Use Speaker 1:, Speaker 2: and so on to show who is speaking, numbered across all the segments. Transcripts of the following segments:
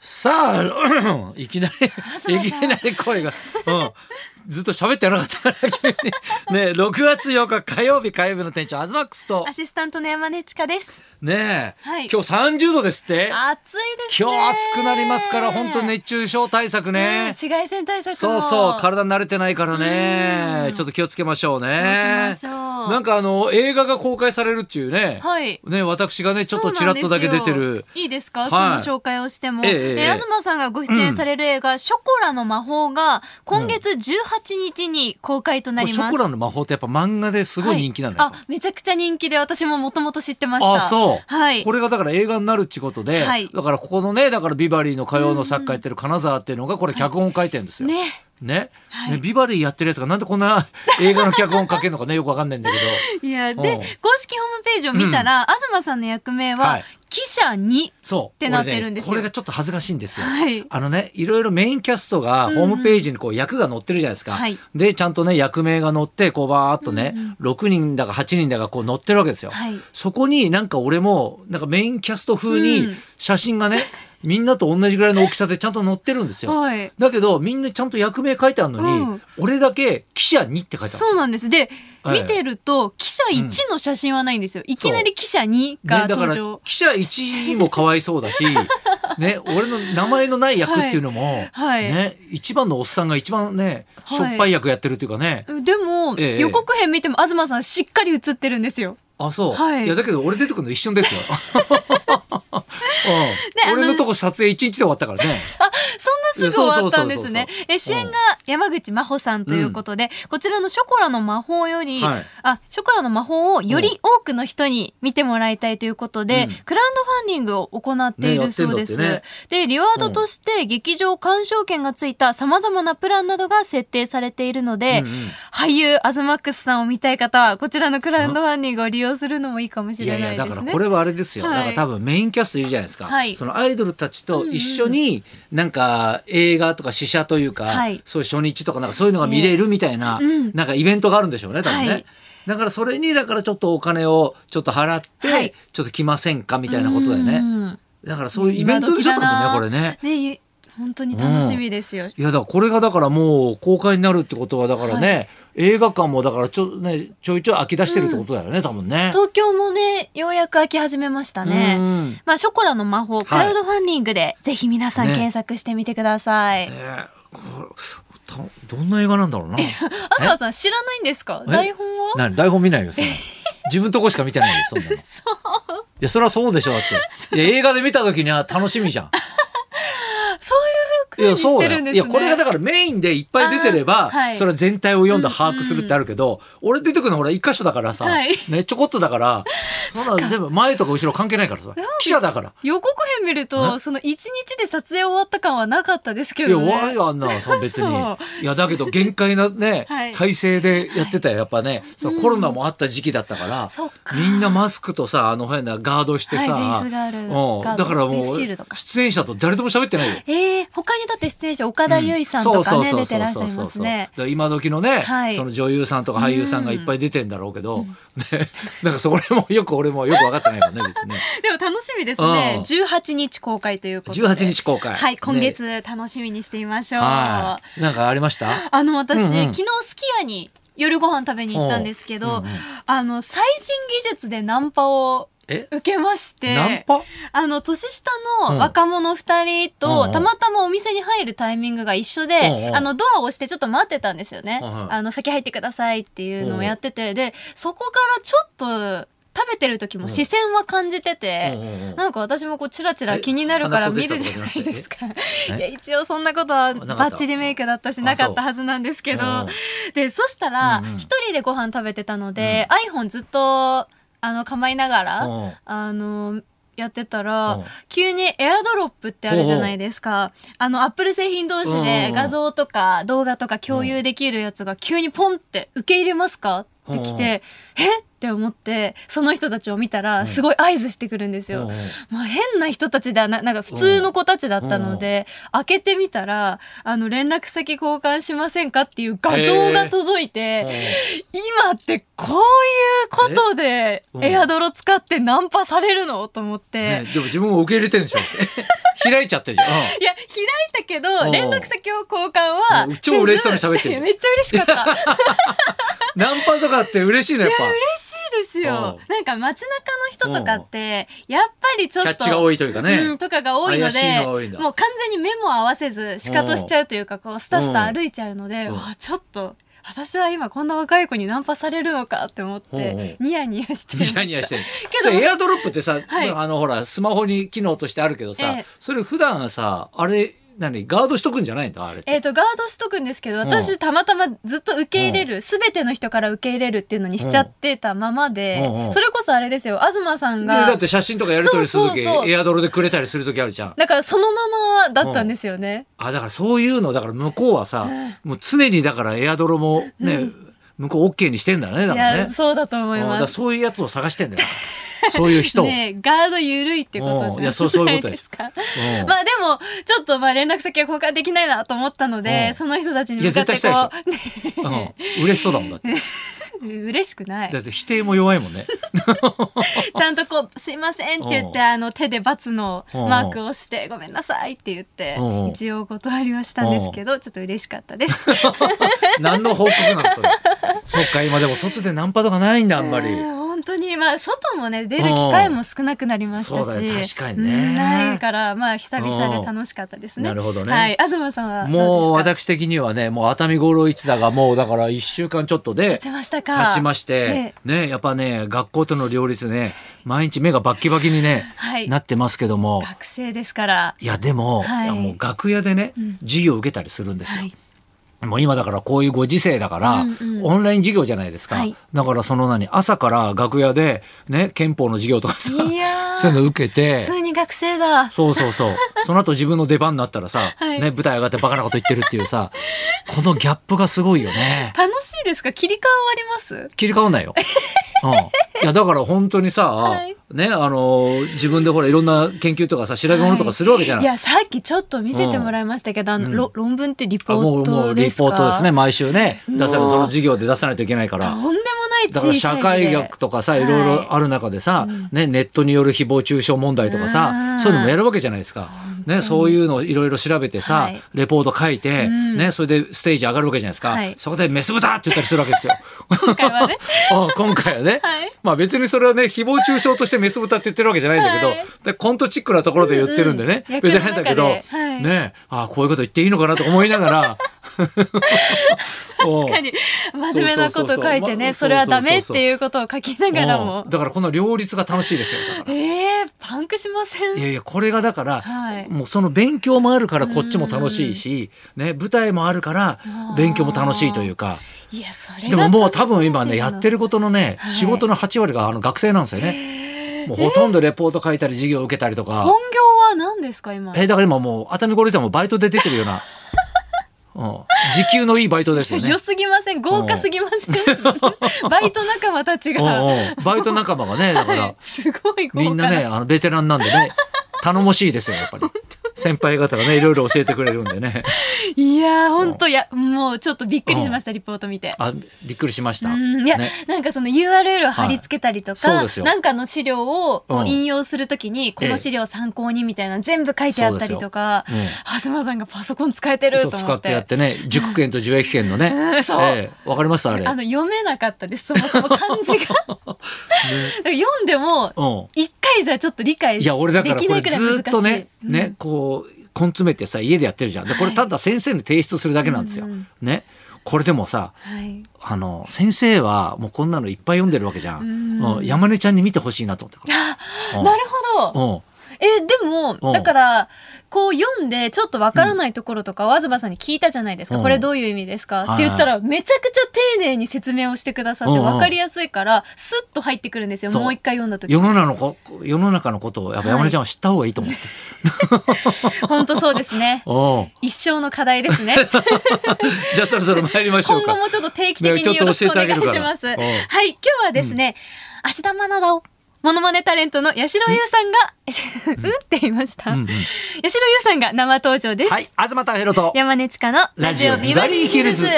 Speaker 1: さあ いきなりいきなり声が、うん、ずっと喋ってなかったから急にね6月8日火曜日火曜日の店長アズマックスと
Speaker 2: アシスタントの山根千佳です。
Speaker 1: ねえ、
Speaker 2: はい
Speaker 1: 今日30度ですって
Speaker 2: 暑いです
Speaker 1: 今
Speaker 2: ね。
Speaker 1: 日暑くなりますから本当に熱中症対策
Speaker 2: ね
Speaker 1: ね
Speaker 2: 紫外線対策
Speaker 1: そ
Speaker 2: も。
Speaker 1: うそう体慣れてないからねちょっと気をつけましょうね
Speaker 2: そうしましょう
Speaker 1: なんかあの映画が公開されるっていうね、
Speaker 2: はい
Speaker 1: ね私がねちょっと
Speaker 2: そ
Speaker 1: ち
Speaker 2: う
Speaker 1: ら
Speaker 2: なん
Speaker 1: っ
Speaker 2: です
Speaker 1: とだ
Speaker 2: よ
Speaker 1: け出てる
Speaker 2: いいですか、
Speaker 1: はい
Speaker 2: その紹介をしても、
Speaker 1: ええええ
Speaker 2: え東さんがご出演される映画「ショコラの魔法」が今月18日に公開とな
Speaker 1: これ
Speaker 2: ります、
Speaker 1: ショコラの魔法ってやっぱ漫画ですごい人気なのよ、
Speaker 2: はいあめちゃくちゃ人気で私ももともと知ってました
Speaker 1: あそう、
Speaker 2: はい
Speaker 1: これがだから映画になるっちゅうことで、
Speaker 2: はい
Speaker 1: だからここのねだからビバリーの歌謡の作家やってる金沢っていうのがこれ脚本書いてるんですよ。
Speaker 2: ね
Speaker 1: ね
Speaker 2: はい
Speaker 1: ねビバリーやってるやつがなんでこん な映画の脚本書けるのかねよくわかんないんだけど
Speaker 2: いやで
Speaker 1: うん
Speaker 2: 公式ホームページを見たら、東さんの役名は、
Speaker 1: はい
Speaker 2: 記者に
Speaker 1: そう
Speaker 2: ってなってるんですよ
Speaker 1: 俺ねこれがちょっと恥ずかしいんですよ。
Speaker 2: はい
Speaker 1: あのねいろいろメインキャストがホームページにこう役が載ってるじゃないですか、
Speaker 2: はい
Speaker 1: でちゃんとね役名が載ってこうバーっとね、6人だか8人だかこう載ってるわけですよ。
Speaker 2: はい
Speaker 1: そこになんか俺もなんかメインキャスト風
Speaker 2: う
Speaker 1: に
Speaker 2: ん
Speaker 1: 写真がね、みんなと同じぐらいの大きさでちゃんと載ってるんですよ。
Speaker 2: はい
Speaker 1: だけどみんなちゃんと役名書いてあるのに、
Speaker 2: うん
Speaker 1: 俺だけ記者にって書いてあるんですよ
Speaker 2: そうなんです。で、
Speaker 1: はい
Speaker 2: 見てると、記者1の写真はないんですよ。いきなり記者2が
Speaker 1: ね、だか
Speaker 2: 登
Speaker 1: ら
Speaker 2: 場。
Speaker 1: 記者1もかわいそうだ し、ね、俺の名前のない役っていうのも、
Speaker 2: はいはい
Speaker 1: ね、一番のおっさんが一番ね、
Speaker 2: はい
Speaker 1: しょっぱい役やってるっていうかね、
Speaker 2: でも、
Speaker 1: ええ
Speaker 2: 予告編見ても東さんしっかり映ってるんですよ。
Speaker 1: あ、そう、
Speaker 2: はい
Speaker 1: いや、だけど俺出てくるの一瞬 ですよ。う
Speaker 2: あ
Speaker 1: ん、
Speaker 2: の
Speaker 1: 俺のとこ撮影一日で終わったからね。
Speaker 2: そんなすぐ終わったんですね
Speaker 1: そうそうそうそう。
Speaker 2: え主演が山口真帆さんということで、こちらのショコラの魔法より、
Speaker 1: はい
Speaker 2: あ、ショコラの魔法をより多くの人に見てもらいたいということで、
Speaker 1: うん
Speaker 2: クラウドファンディングを行ってい
Speaker 1: ねや
Speaker 2: る
Speaker 1: ってん
Speaker 2: そ
Speaker 1: だ
Speaker 2: う
Speaker 1: って
Speaker 2: です。
Speaker 1: ね
Speaker 2: で、リワードとして劇場鑑賞券がついた様々なプランなどが設定されているので、
Speaker 1: うんうん
Speaker 2: 俳優アズマックスさんを見たい方は、こちらのクラウドファンディングを利用するのもいいかもし
Speaker 1: い
Speaker 2: れな
Speaker 1: や
Speaker 2: い
Speaker 1: い
Speaker 2: です
Speaker 1: や
Speaker 2: ね。
Speaker 1: だからこれはあれですよ、
Speaker 2: はい
Speaker 1: だから多分メインキャストいるじゃないですか、
Speaker 2: はい
Speaker 1: そのアイドルたちと一緒になんか映画とか試写というか、
Speaker 2: はい
Speaker 1: そういう初日とかなんかそういうのが見れるみたいな、
Speaker 2: ええうん
Speaker 1: なんかイベントがあるんでしょうね多分ね、
Speaker 2: はい
Speaker 1: だからそれにだからちょっとお金をちょっと払って、
Speaker 2: はい
Speaker 1: ちょっと来ませんかみたいなことだよね
Speaker 2: うん
Speaker 1: だからそういうイベントでしょ多分ねこれね。
Speaker 2: ねゆ本当に楽しみですよ。
Speaker 1: いやだからこれがだからもう公開になるってことはだからね、映画館もだからちょ,、ね、ちょいちょい飽き出してるってことだよね、多分ね。
Speaker 2: 東京もね、ようやく開き始めました
Speaker 1: う
Speaker 2: ね。
Speaker 1: ん
Speaker 2: まあ、ショコラの魔法、クラウドファンディングで、ぜひ皆さん
Speaker 1: ね
Speaker 2: 検索してみてください。
Speaker 1: ねこれたどんな映画なんだろうな。
Speaker 2: あずまさん知らないんですか
Speaker 1: え
Speaker 2: 台本を
Speaker 1: 何台本見ないよ、そんなの自分とこしか見てないよ、そんなの。いや、それはそうでしょ、だって。いや、映画で見た時には楽しみじゃん。
Speaker 2: そう
Speaker 1: い
Speaker 2: いう風
Speaker 1: や、
Speaker 2: にし
Speaker 1: そうだ
Speaker 2: てる
Speaker 1: よ
Speaker 2: んですね。
Speaker 1: いや、これがだからメインでいっぱい出てれば、
Speaker 2: あーはい
Speaker 1: それは全体を読んだ把握するってあるけど、俺出てくるのほら、一箇所だからさ、
Speaker 2: はい
Speaker 1: ね、ちょこっとだから、そんなの全部前とか後ろ関係ないからさ、記者だから。
Speaker 2: 予告編見ると、その一日で撮影終わった感はなかったですけ
Speaker 1: いや、
Speaker 2: どね。
Speaker 1: 終わるよ、あんなの、その別に
Speaker 2: そ。
Speaker 1: いや、だけど、限界なね、
Speaker 2: はい
Speaker 1: 体制でやってたよ、やっぱね。そのコロナもあった時期だったから
Speaker 2: そっ、か
Speaker 1: みんなマスクとさ、あの変なガードしてさ、
Speaker 2: はいフェイスガール
Speaker 1: うん
Speaker 2: ガー
Speaker 1: だ
Speaker 2: ド
Speaker 1: からもう
Speaker 2: フェイスシールド、か
Speaker 1: 出演者と誰とも喋ってないよ。
Speaker 2: えー、他にだって出演者岡田結衣さんとかね、出てらっしゃいますね。
Speaker 1: だから今時のね、
Speaker 2: はい
Speaker 1: その女優さんとか俳優さんがいっぱい出てんだろうけど、ね、 なんかそれもよく俺もよく分かってないからね、 別にね。
Speaker 2: でも楽しみです
Speaker 1: う
Speaker 2: ね
Speaker 1: ん。
Speaker 2: 18日公開ということで。
Speaker 1: 18日公開
Speaker 2: はい、今
Speaker 1: ね
Speaker 2: 月楽しみにしていましょう。
Speaker 1: は
Speaker 2: あ
Speaker 1: い。なんかありました
Speaker 2: の、私、
Speaker 1: うんうん
Speaker 2: 昨日すき家に夜ご飯食べに行ったんですけ
Speaker 1: おう
Speaker 2: ど、
Speaker 1: うんうん
Speaker 2: あの、最新技術でナンパを
Speaker 1: え
Speaker 2: 受けまして、
Speaker 1: ナンパ
Speaker 2: あの、年下の若者2人
Speaker 1: う
Speaker 2: と、
Speaker 1: ん
Speaker 2: たまたまお店に入るタイミングが一緒
Speaker 1: うんう
Speaker 2: で、
Speaker 1: ん
Speaker 2: あの、ドアを押してちょっと待ってたんですよ
Speaker 1: は
Speaker 2: ね。
Speaker 1: いはい
Speaker 2: あの、先入ってくださいっていうのをやってて、で、そこからちょっと食べてる時も視線は感じてて、
Speaker 1: うんうんうん
Speaker 2: なんか私もこう、チラチラ気になるから見るじゃないですか。い
Speaker 1: え
Speaker 2: や、一応そんなことは
Speaker 1: なかった
Speaker 2: バッチリメイクだったし、
Speaker 1: あ
Speaker 2: なかっ
Speaker 1: そ
Speaker 2: た
Speaker 1: う
Speaker 2: はずなんですけど
Speaker 1: うん、
Speaker 2: で、そしたら、
Speaker 1: うんうん
Speaker 2: 一人でご飯食べてたので、iPhone ずっと、あの、構いながら、
Speaker 1: うん
Speaker 2: あの、やってた
Speaker 1: う
Speaker 2: ら
Speaker 1: ん、
Speaker 2: 急にエアドロップってあるじゃないですか。あの、アップル製品同士
Speaker 1: うんう
Speaker 2: で
Speaker 1: ん
Speaker 2: 画像とか動画とか共有できるやつが急にポンって受け入れますかってきて、えって思って、その人たちを見たら、すごい合図してくるんですよ。
Speaker 1: うんうん
Speaker 2: まあ、変な人たちだななんか普通の子たちだったので、開けてみたらあの連絡先交換しませんかっていう画像が届いて、今ってこういうことで
Speaker 1: うん
Speaker 2: エアドロ使ってナンパされるのと思って、
Speaker 1: ねでも自分も受け入れてるんでしょ 一開いちゃってるよ。
Speaker 2: いや開いたけ
Speaker 1: う
Speaker 2: ど
Speaker 1: ん
Speaker 2: 連絡先を交換は
Speaker 1: うん超嬉しそうに喋ってる
Speaker 2: せず めっちゃ嬉しかった嬉しい
Speaker 1: うんナンパとかって嬉しいねやっぱ。
Speaker 2: ですよ
Speaker 1: うん
Speaker 2: なんか街中の人とかってやっぱりちょっ
Speaker 1: キ
Speaker 2: と
Speaker 1: ャッチが多いというかね。
Speaker 2: うん、とかが多いの
Speaker 1: 怪しいのが多い
Speaker 2: で
Speaker 1: んだ
Speaker 2: もう完全に目も合わせずシカトしちゃうというかこうスタスタ歩いちゃうので、
Speaker 1: うん
Speaker 2: うわちょっと私は今こんな若い子にナンパされるのかって思っ
Speaker 1: うんうん
Speaker 2: てニヤニヤして
Speaker 1: ニヤニヤしててる。
Speaker 2: け
Speaker 1: そ
Speaker 2: ど
Speaker 1: れエアドロップってさ、
Speaker 2: はい
Speaker 1: あのほらスマホに機能としてあるけどさ、
Speaker 2: ええ
Speaker 1: それ普段はさあれ何ガードしとくんじゃないんだあれって。
Speaker 2: えー、とガードしとくんですけど私たまたまずっと受け入れる全ての人から受け入れるっていうのにしちゃってたままで、
Speaker 1: うんうん
Speaker 2: それこそあれですよ東さん
Speaker 1: で
Speaker 2: が
Speaker 1: だって写真とかやり取りする時
Speaker 2: そうそうそう
Speaker 1: エアドロでくれたりする時あるじゃん。
Speaker 2: だからそのままだったんですよね。
Speaker 1: あだからそういうのだから向こうはさ、もう常にだからエアドロもね、向こう OK にしてんだねだ
Speaker 2: い
Speaker 1: からね。
Speaker 2: やそうだと思
Speaker 1: う
Speaker 2: い
Speaker 1: んだか
Speaker 2: ま
Speaker 1: ら
Speaker 2: す。
Speaker 1: そういうやつを探してんだよ。そういう人を。
Speaker 2: ねえガード緩いってことじ
Speaker 1: う
Speaker 2: ゃ
Speaker 1: んいやそうそういうこと です
Speaker 2: か。
Speaker 1: うん
Speaker 2: まあでもちょっとまあ連絡先は交換できないなと思ったの
Speaker 1: うん
Speaker 2: でその人たちに向かって
Speaker 1: いや
Speaker 2: こ
Speaker 1: うん、嬉しそうだもんだって。
Speaker 2: う嬉しくな
Speaker 1: だ
Speaker 2: い
Speaker 1: って否定も弱いもんね。
Speaker 2: ちゃんとこう「すいません」って言って
Speaker 1: うん
Speaker 2: あの手で×の
Speaker 1: うん
Speaker 2: マークをして「ごめんなさい」って言って
Speaker 1: うん
Speaker 2: 一応お断りはしたんですけどちょっと嬉しかったです
Speaker 1: 何の報告な のそれ。そっか今でも外でナンパとかないんだあんまり。
Speaker 2: えー 本当にまあ外もね出る機会も少なくなりました
Speaker 1: うんそうだよ確
Speaker 2: し
Speaker 1: かに
Speaker 2: う
Speaker 1: ね
Speaker 2: んないからまあ久々で楽しかったですね
Speaker 1: うんなるほどね
Speaker 2: はい東さんはどうですか
Speaker 1: もう私的にはねもう熱海五郎一座がもうだから1週間ちょっとで
Speaker 2: 立ちましたか
Speaker 1: 経ちまして、ねやっぱね学校との両立ね毎日目がバッキバキにね、
Speaker 2: はい
Speaker 1: なってますけども
Speaker 2: 学生ですから
Speaker 1: いやでも,、
Speaker 2: はい
Speaker 1: いやもう楽屋でね、授業受けたりするんですよ。
Speaker 2: はい
Speaker 1: もう今だからこういうご時世だから、
Speaker 2: うんうん
Speaker 1: オンライン授業じゃないですか、
Speaker 2: はい
Speaker 1: だからその何朝から楽屋でね憲法の授業とかさ
Speaker 2: いやー
Speaker 1: そういうの受けて
Speaker 2: 普通に学生だ
Speaker 1: そうそう そう。その後自分の出番になったらさ、
Speaker 2: はい
Speaker 1: ね、舞台上がってバカなこと言ってるっていうさ、このギャップがすごいよね。
Speaker 2: 楽しいですか切り替わります
Speaker 1: 切り替わんない よ。うん。いや、だから本当にさ、
Speaker 2: はい
Speaker 1: ね、あの、自分でほらいろんな研究とかさ、調べ物とかするわけじゃない。
Speaker 2: やさっきちょっと見せてもらいましたけど、あのろ論文ってリポ
Speaker 1: あも
Speaker 2: ー
Speaker 1: う、も
Speaker 2: ト
Speaker 1: う、リ
Speaker 2: です
Speaker 1: ポ
Speaker 2: か
Speaker 1: ートですね。毎週ね、出され
Speaker 2: も
Speaker 1: る
Speaker 2: う
Speaker 1: その授業で出さないといけないから
Speaker 2: と。んでもない
Speaker 1: だから
Speaker 2: 小さ
Speaker 1: 社
Speaker 2: い
Speaker 1: 会学とかさ、いろいろある中でさ、ね、ネットによる誹謗中傷問題とか
Speaker 2: う
Speaker 1: さ、
Speaker 2: ん
Speaker 1: そういうのもやるわけじゃないですか。ね、そういうのをいろいろ調べて
Speaker 2: は
Speaker 1: さ
Speaker 2: い、
Speaker 1: レポート書いて、ね、それでステージ上がるわけじゃないですか
Speaker 2: はい。
Speaker 1: そこでメス豚って言ったりするわけですよ。
Speaker 2: 今 回はね
Speaker 1: あ今回はね
Speaker 2: はい。
Speaker 1: まあ別にそれはね、誹謗中傷としてメス豚って言ってるわけじゃないんだ
Speaker 2: は
Speaker 1: け
Speaker 2: い
Speaker 1: ど、でコントチックなところで言ってるんでね
Speaker 2: うんう、ん
Speaker 1: 別に変だけど
Speaker 2: 役の中で、はい
Speaker 1: ね、あこういうこと言っていいのかなと思いなが ら。
Speaker 2: 確かに真面目なこと書いてね
Speaker 1: そ
Speaker 2: そう
Speaker 1: そうそうそうま
Speaker 2: れはダメっていうことを書きながらも
Speaker 1: うんだからこの両立が楽しいですよだから
Speaker 2: えー、パンクしません
Speaker 1: いやいやこれがだから、
Speaker 2: はい
Speaker 1: もうその勉強もあるからこっちも楽しいし、ね、舞台もあるから勉強も楽しいというか
Speaker 2: いやそれ
Speaker 1: で
Speaker 2: が
Speaker 1: ももう多分今ねやって
Speaker 2: る
Speaker 1: ることのね、
Speaker 2: はい
Speaker 1: 仕事の8割があの学生なんですよね。もうほとんどレポート書いたり授業受けたりと
Speaker 2: 本業
Speaker 1: か、
Speaker 2: は何ですか今
Speaker 1: えだから今もう熱海五郎さんもバイトで出てるような、うん、時給のいいバイト ですよね。
Speaker 2: 良すぎません豪華すぎません バイト仲間たち
Speaker 1: うん
Speaker 2: が
Speaker 1: うんバイト仲間がねだから、
Speaker 2: はいすごい豪華
Speaker 1: みんなね、あの、ベテランなんでね、頼もしいですよ、 やっぱり。先輩方がね、いろいろ教えてくれるんでね。
Speaker 2: いやー本当いやもうちょっとびっくりしましたリポート見て
Speaker 1: あ、びっくりしました。
Speaker 2: うんいや、
Speaker 1: ね、
Speaker 2: なんかその URL を貼り付けたりと
Speaker 1: はいそう
Speaker 2: か、
Speaker 1: ですよ
Speaker 2: なんかの資料を
Speaker 1: う
Speaker 2: こうん引用するときに、この資料を参考にみたいな全部書いてあったりとか、
Speaker 1: そうですよ
Speaker 2: あ東さんがパソコン使えてる
Speaker 1: そう
Speaker 2: と思って
Speaker 1: 使ってやってね、塾券と受益券のね。
Speaker 2: うんそう
Speaker 1: ええわかりましたあれ。
Speaker 2: あの読めなかったですそもそも漢 字が、 だから読んでも
Speaker 1: うん。
Speaker 2: 一回じゃちょっと理解
Speaker 1: いや、俺だから
Speaker 2: でき
Speaker 1: これ
Speaker 2: ないくらい
Speaker 1: ずっ
Speaker 2: 難
Speaker 1: と
Speaker 2: し
Speaker 1: ね、
Speaker 2: い、
Speaker 1: ね、こう、根詰めてさ、家でやってるじゃん。で、これただ先生に提出するだけなんですよ。
Speaker 2: うんうん
Speaker 1: ね。これでもさ、
Speaker 2: はい、
Speaker 1: あの、先生はもうこんなのいっぱい読んでるわけじゃん。
Speaker 2: うん
Speaker 1: うん山根ちゃんに見てほしいなと思ってこれ。うん
Speaker 2: なるほど、
Speaker 1: うん。
Speaker 2: えーでも、
Speaker 1: うん
Speaker 2: だからこう読んでちょっとわからないところとか、わずばさんに聞いたじゃないですか、
Speaker 1: うん
Speaker 2: これどういう意味ですか、
Speaker 1: はい
Speaker 2: って言ったらめちゃくちゃ丁寧に説明をしてくださって
Speaker 1: うんうん
Speaker 2: わかりやすいからスッと入ってくるんですよ
Speaker 1: そう
Speaker 2: もう一回読んだ時
Speaker 1: 世の中のこ世の中のことをやっぱ山根ちゃんは知った方がいいと思って。
Speaker 2: 本当そうですね
Speaker 1: おう
Speaker 2: 一生の課題ですね
Speaker 1: じゃあそろそろ参りましょう
Speaker 2: 今
Speaker 1: か
Speaker 2: 後。もちょっと定期的
Speaker 1: ねちょっ
Speaker 2: に
Speaker 1: と
Speaker 2: よろしくお願い
Speaker 1: 教えてあげ
Speaker 2: し
Speaker 1: るから
Speaker 2: ます、
Speaker 1: うん
Speaker 2: はい今日はですね、芦田愛菜だをモノマネタレントの八代優さんが うんって言いました、
Speaker 1: うんうん
Speaker 2: 八代優さんが生登場です、
Speaker 1: はい、東太弘と。
Speaker 2: 山根千佳のラジオビバリーヒルズ。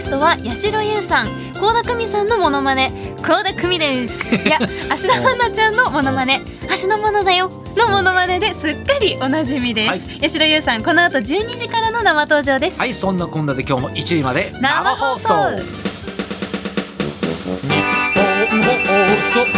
Speaker 2: ストは八代優さん倖田來未さんのモノマネ倖田來未ですいや芦田愛菜ちゃんのモノマネ芦田愛菜だよのモノマネですっかりおなじみです、
Speaker 1: はい
Speaker 2: 八代優さんこの後12時からの生登場です、
Speaker 1: はいそんなこんなで今日も1時まで
Speaker 2: 生放送
Speaker 1: 生放送